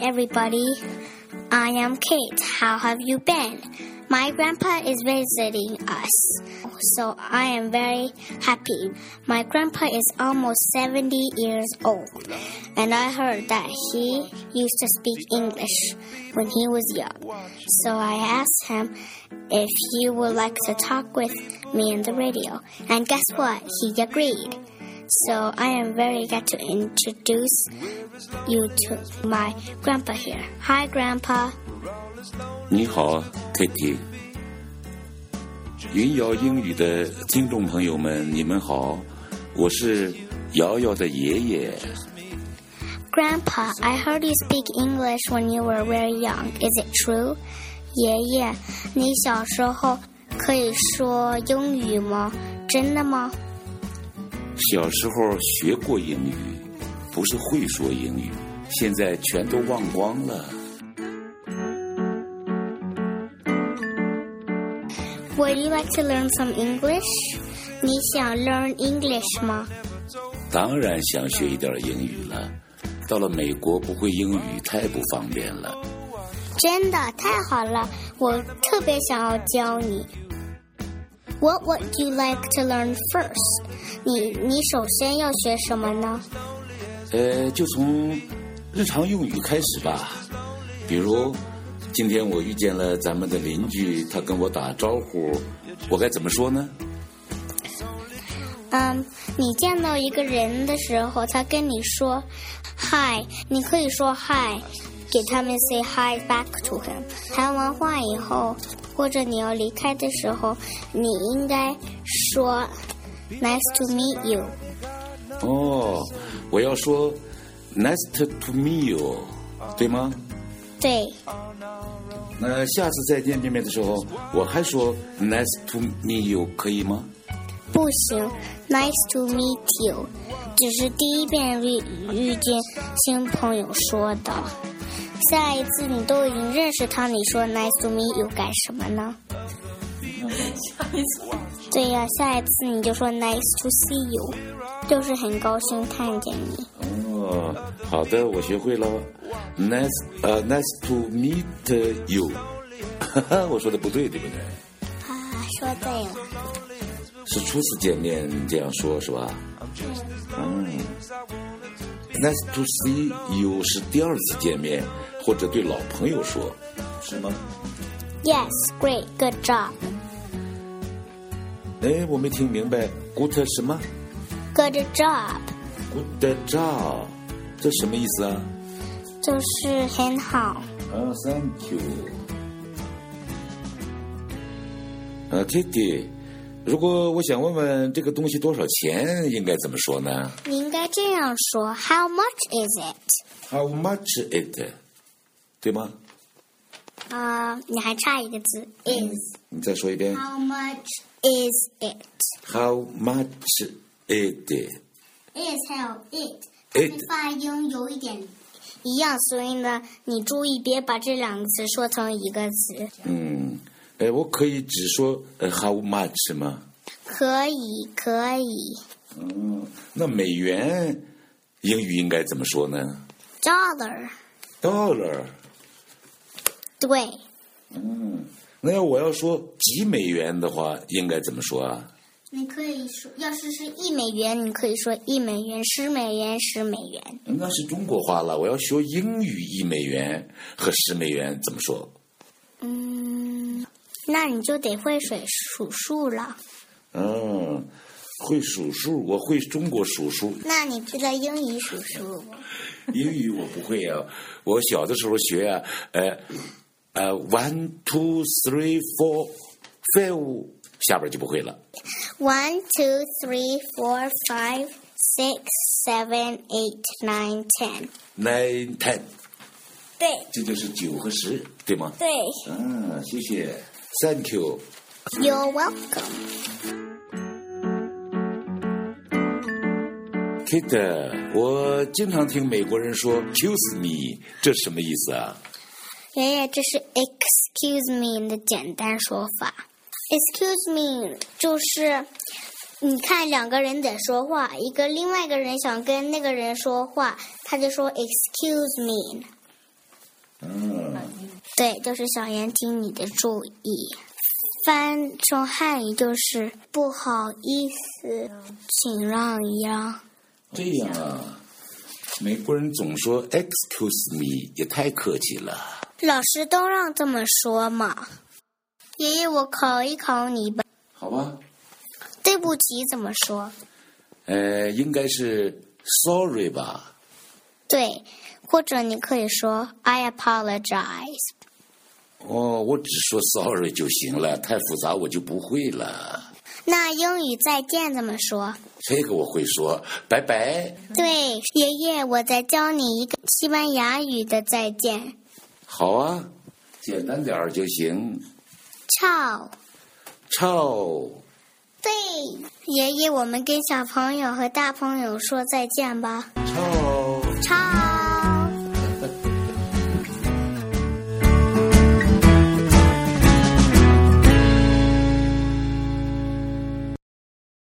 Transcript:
everybody. I am Kate. How have you been? My grandpa is visiting us, so I am very happy. My grandpa is almost 70 years old, and I heard that he used to speak English when he was young. So I asked him if he would like to talk with me on the radio, and guess what? He agreed. So I am very glad to introduce you to my grandpa here. Hi, grandpa. 你好，Kitty。云瑶英语的听众朋友们，你们好，我是瑶瑶的爷爷。 Grandpa, I heard you speak English when you were very young. Is it true? 爷爷，你小时候可以说英语吗？真的吗小时候学过英语，不是会说英语，现在全都忘光了。 ？Would you like to learn some English? 你想 learn English 吗？当然想学一点英语了，到了美国不会英语太不方便了。真的太好了，我特别想要教你。What would you like to learn first？你你首先要学什么呢呃，就从日常用语开始吧。比如，今天我遇见了咱们的邻居，他跟我打招呼，我该怎么说呢？嗯，你见到一个人的时候，他跟你说 “hi”，你可以说 “hi”，给他们 say “hi” back to him。谈完话以后，或者你要离开的时候，你应该说 “nice to meet you”。哦，我要说 “nice to to meet you”，对吗？对，那下次再见面面的时候，我还说 “nice to meet you” 可以吗？不行，“nice to meet you” 只是第一遍遇遇见新朋友说的。下一次你都已经认识他，你说 “nice to meet you” 干什么呢？对呀、下一次你就说 “nice to see you”，就是很高兴看见你。哦，好的，我学会了。Nice，呃、n i c e to meet you。哈 哈，我说的不对，对不对？啊，说对了，是初次见面这样说，是吧？嗯。Nice to see you 是第二次见面，或者对老朋友说，是吗？ ，Yes, great, good job, 哎，我没听明白，good 什么 good job， ？good job，这什么意思啊？就是很好。啊，Thank you。呃，Kitty，如果我想问问这个东西多少钱，应该怎么说呢你应该这样说：How much is it？ ？How much it？对吗？啊、你还差一个字，is。你再说一遍。 How much is it？is How much it？还有 it， It 发音有一点一样，所以呢，你注意别把这两个词说成一个词。嗯，哎，我可以只说呃 How much 吗？可以，可以嗯，那美元英语应该怎么说呢，dollar。 ？Dollar。对，那要我要说几美元的话，应该怎么说啊？你可以说，要是是一美元，你可以说一美元、十美元、十美元。那是中国话了。我要学英语一美元和十美元怎么说？嗯，那你就得会水数数了。嗯，会数数，我会中国数数，那你知道英语数数吗？英语我不会啊。我小的时候学啊，呃，呃，one two three four five，下边就不会了。 One, two, three, four, five, six, seven, eight, nine, ten。 nine ten，对这就是九和十，对吗？对嗯，谢谢，thank you。 ，You're welcome。 Kid，我经常听美国人说 “excuse me”，这什么意思啊？爷爷，这是 Excuse me 的简单说法。Excuse me 就是你看两个人在说话，一个另外一个人想跟那个人说话，他就说 Excuse me。嗯，对，就是想引起你的注意。翻成汉语就是不好意思，请让一让。这样啊，美国人总说 “excuse me”，也太客气了。老师都让这么说嘛。爷爷，我考一考你吧。好吧，对不起怎么说？呃，应该是 “sorry” 吧？对，或者你可以说 I apologize。哦，我只说 “sorry” 就行了，太复杂我就不会了。那英语再见怎么说？这个我会说，拜拜。对，爷爷，我再教你一个西班牙语的再见好啊，简单点儿就行。 ，ciao。操，对，爷爷，我们跟小朋友和大朋友说再见吧操。 ，ciao。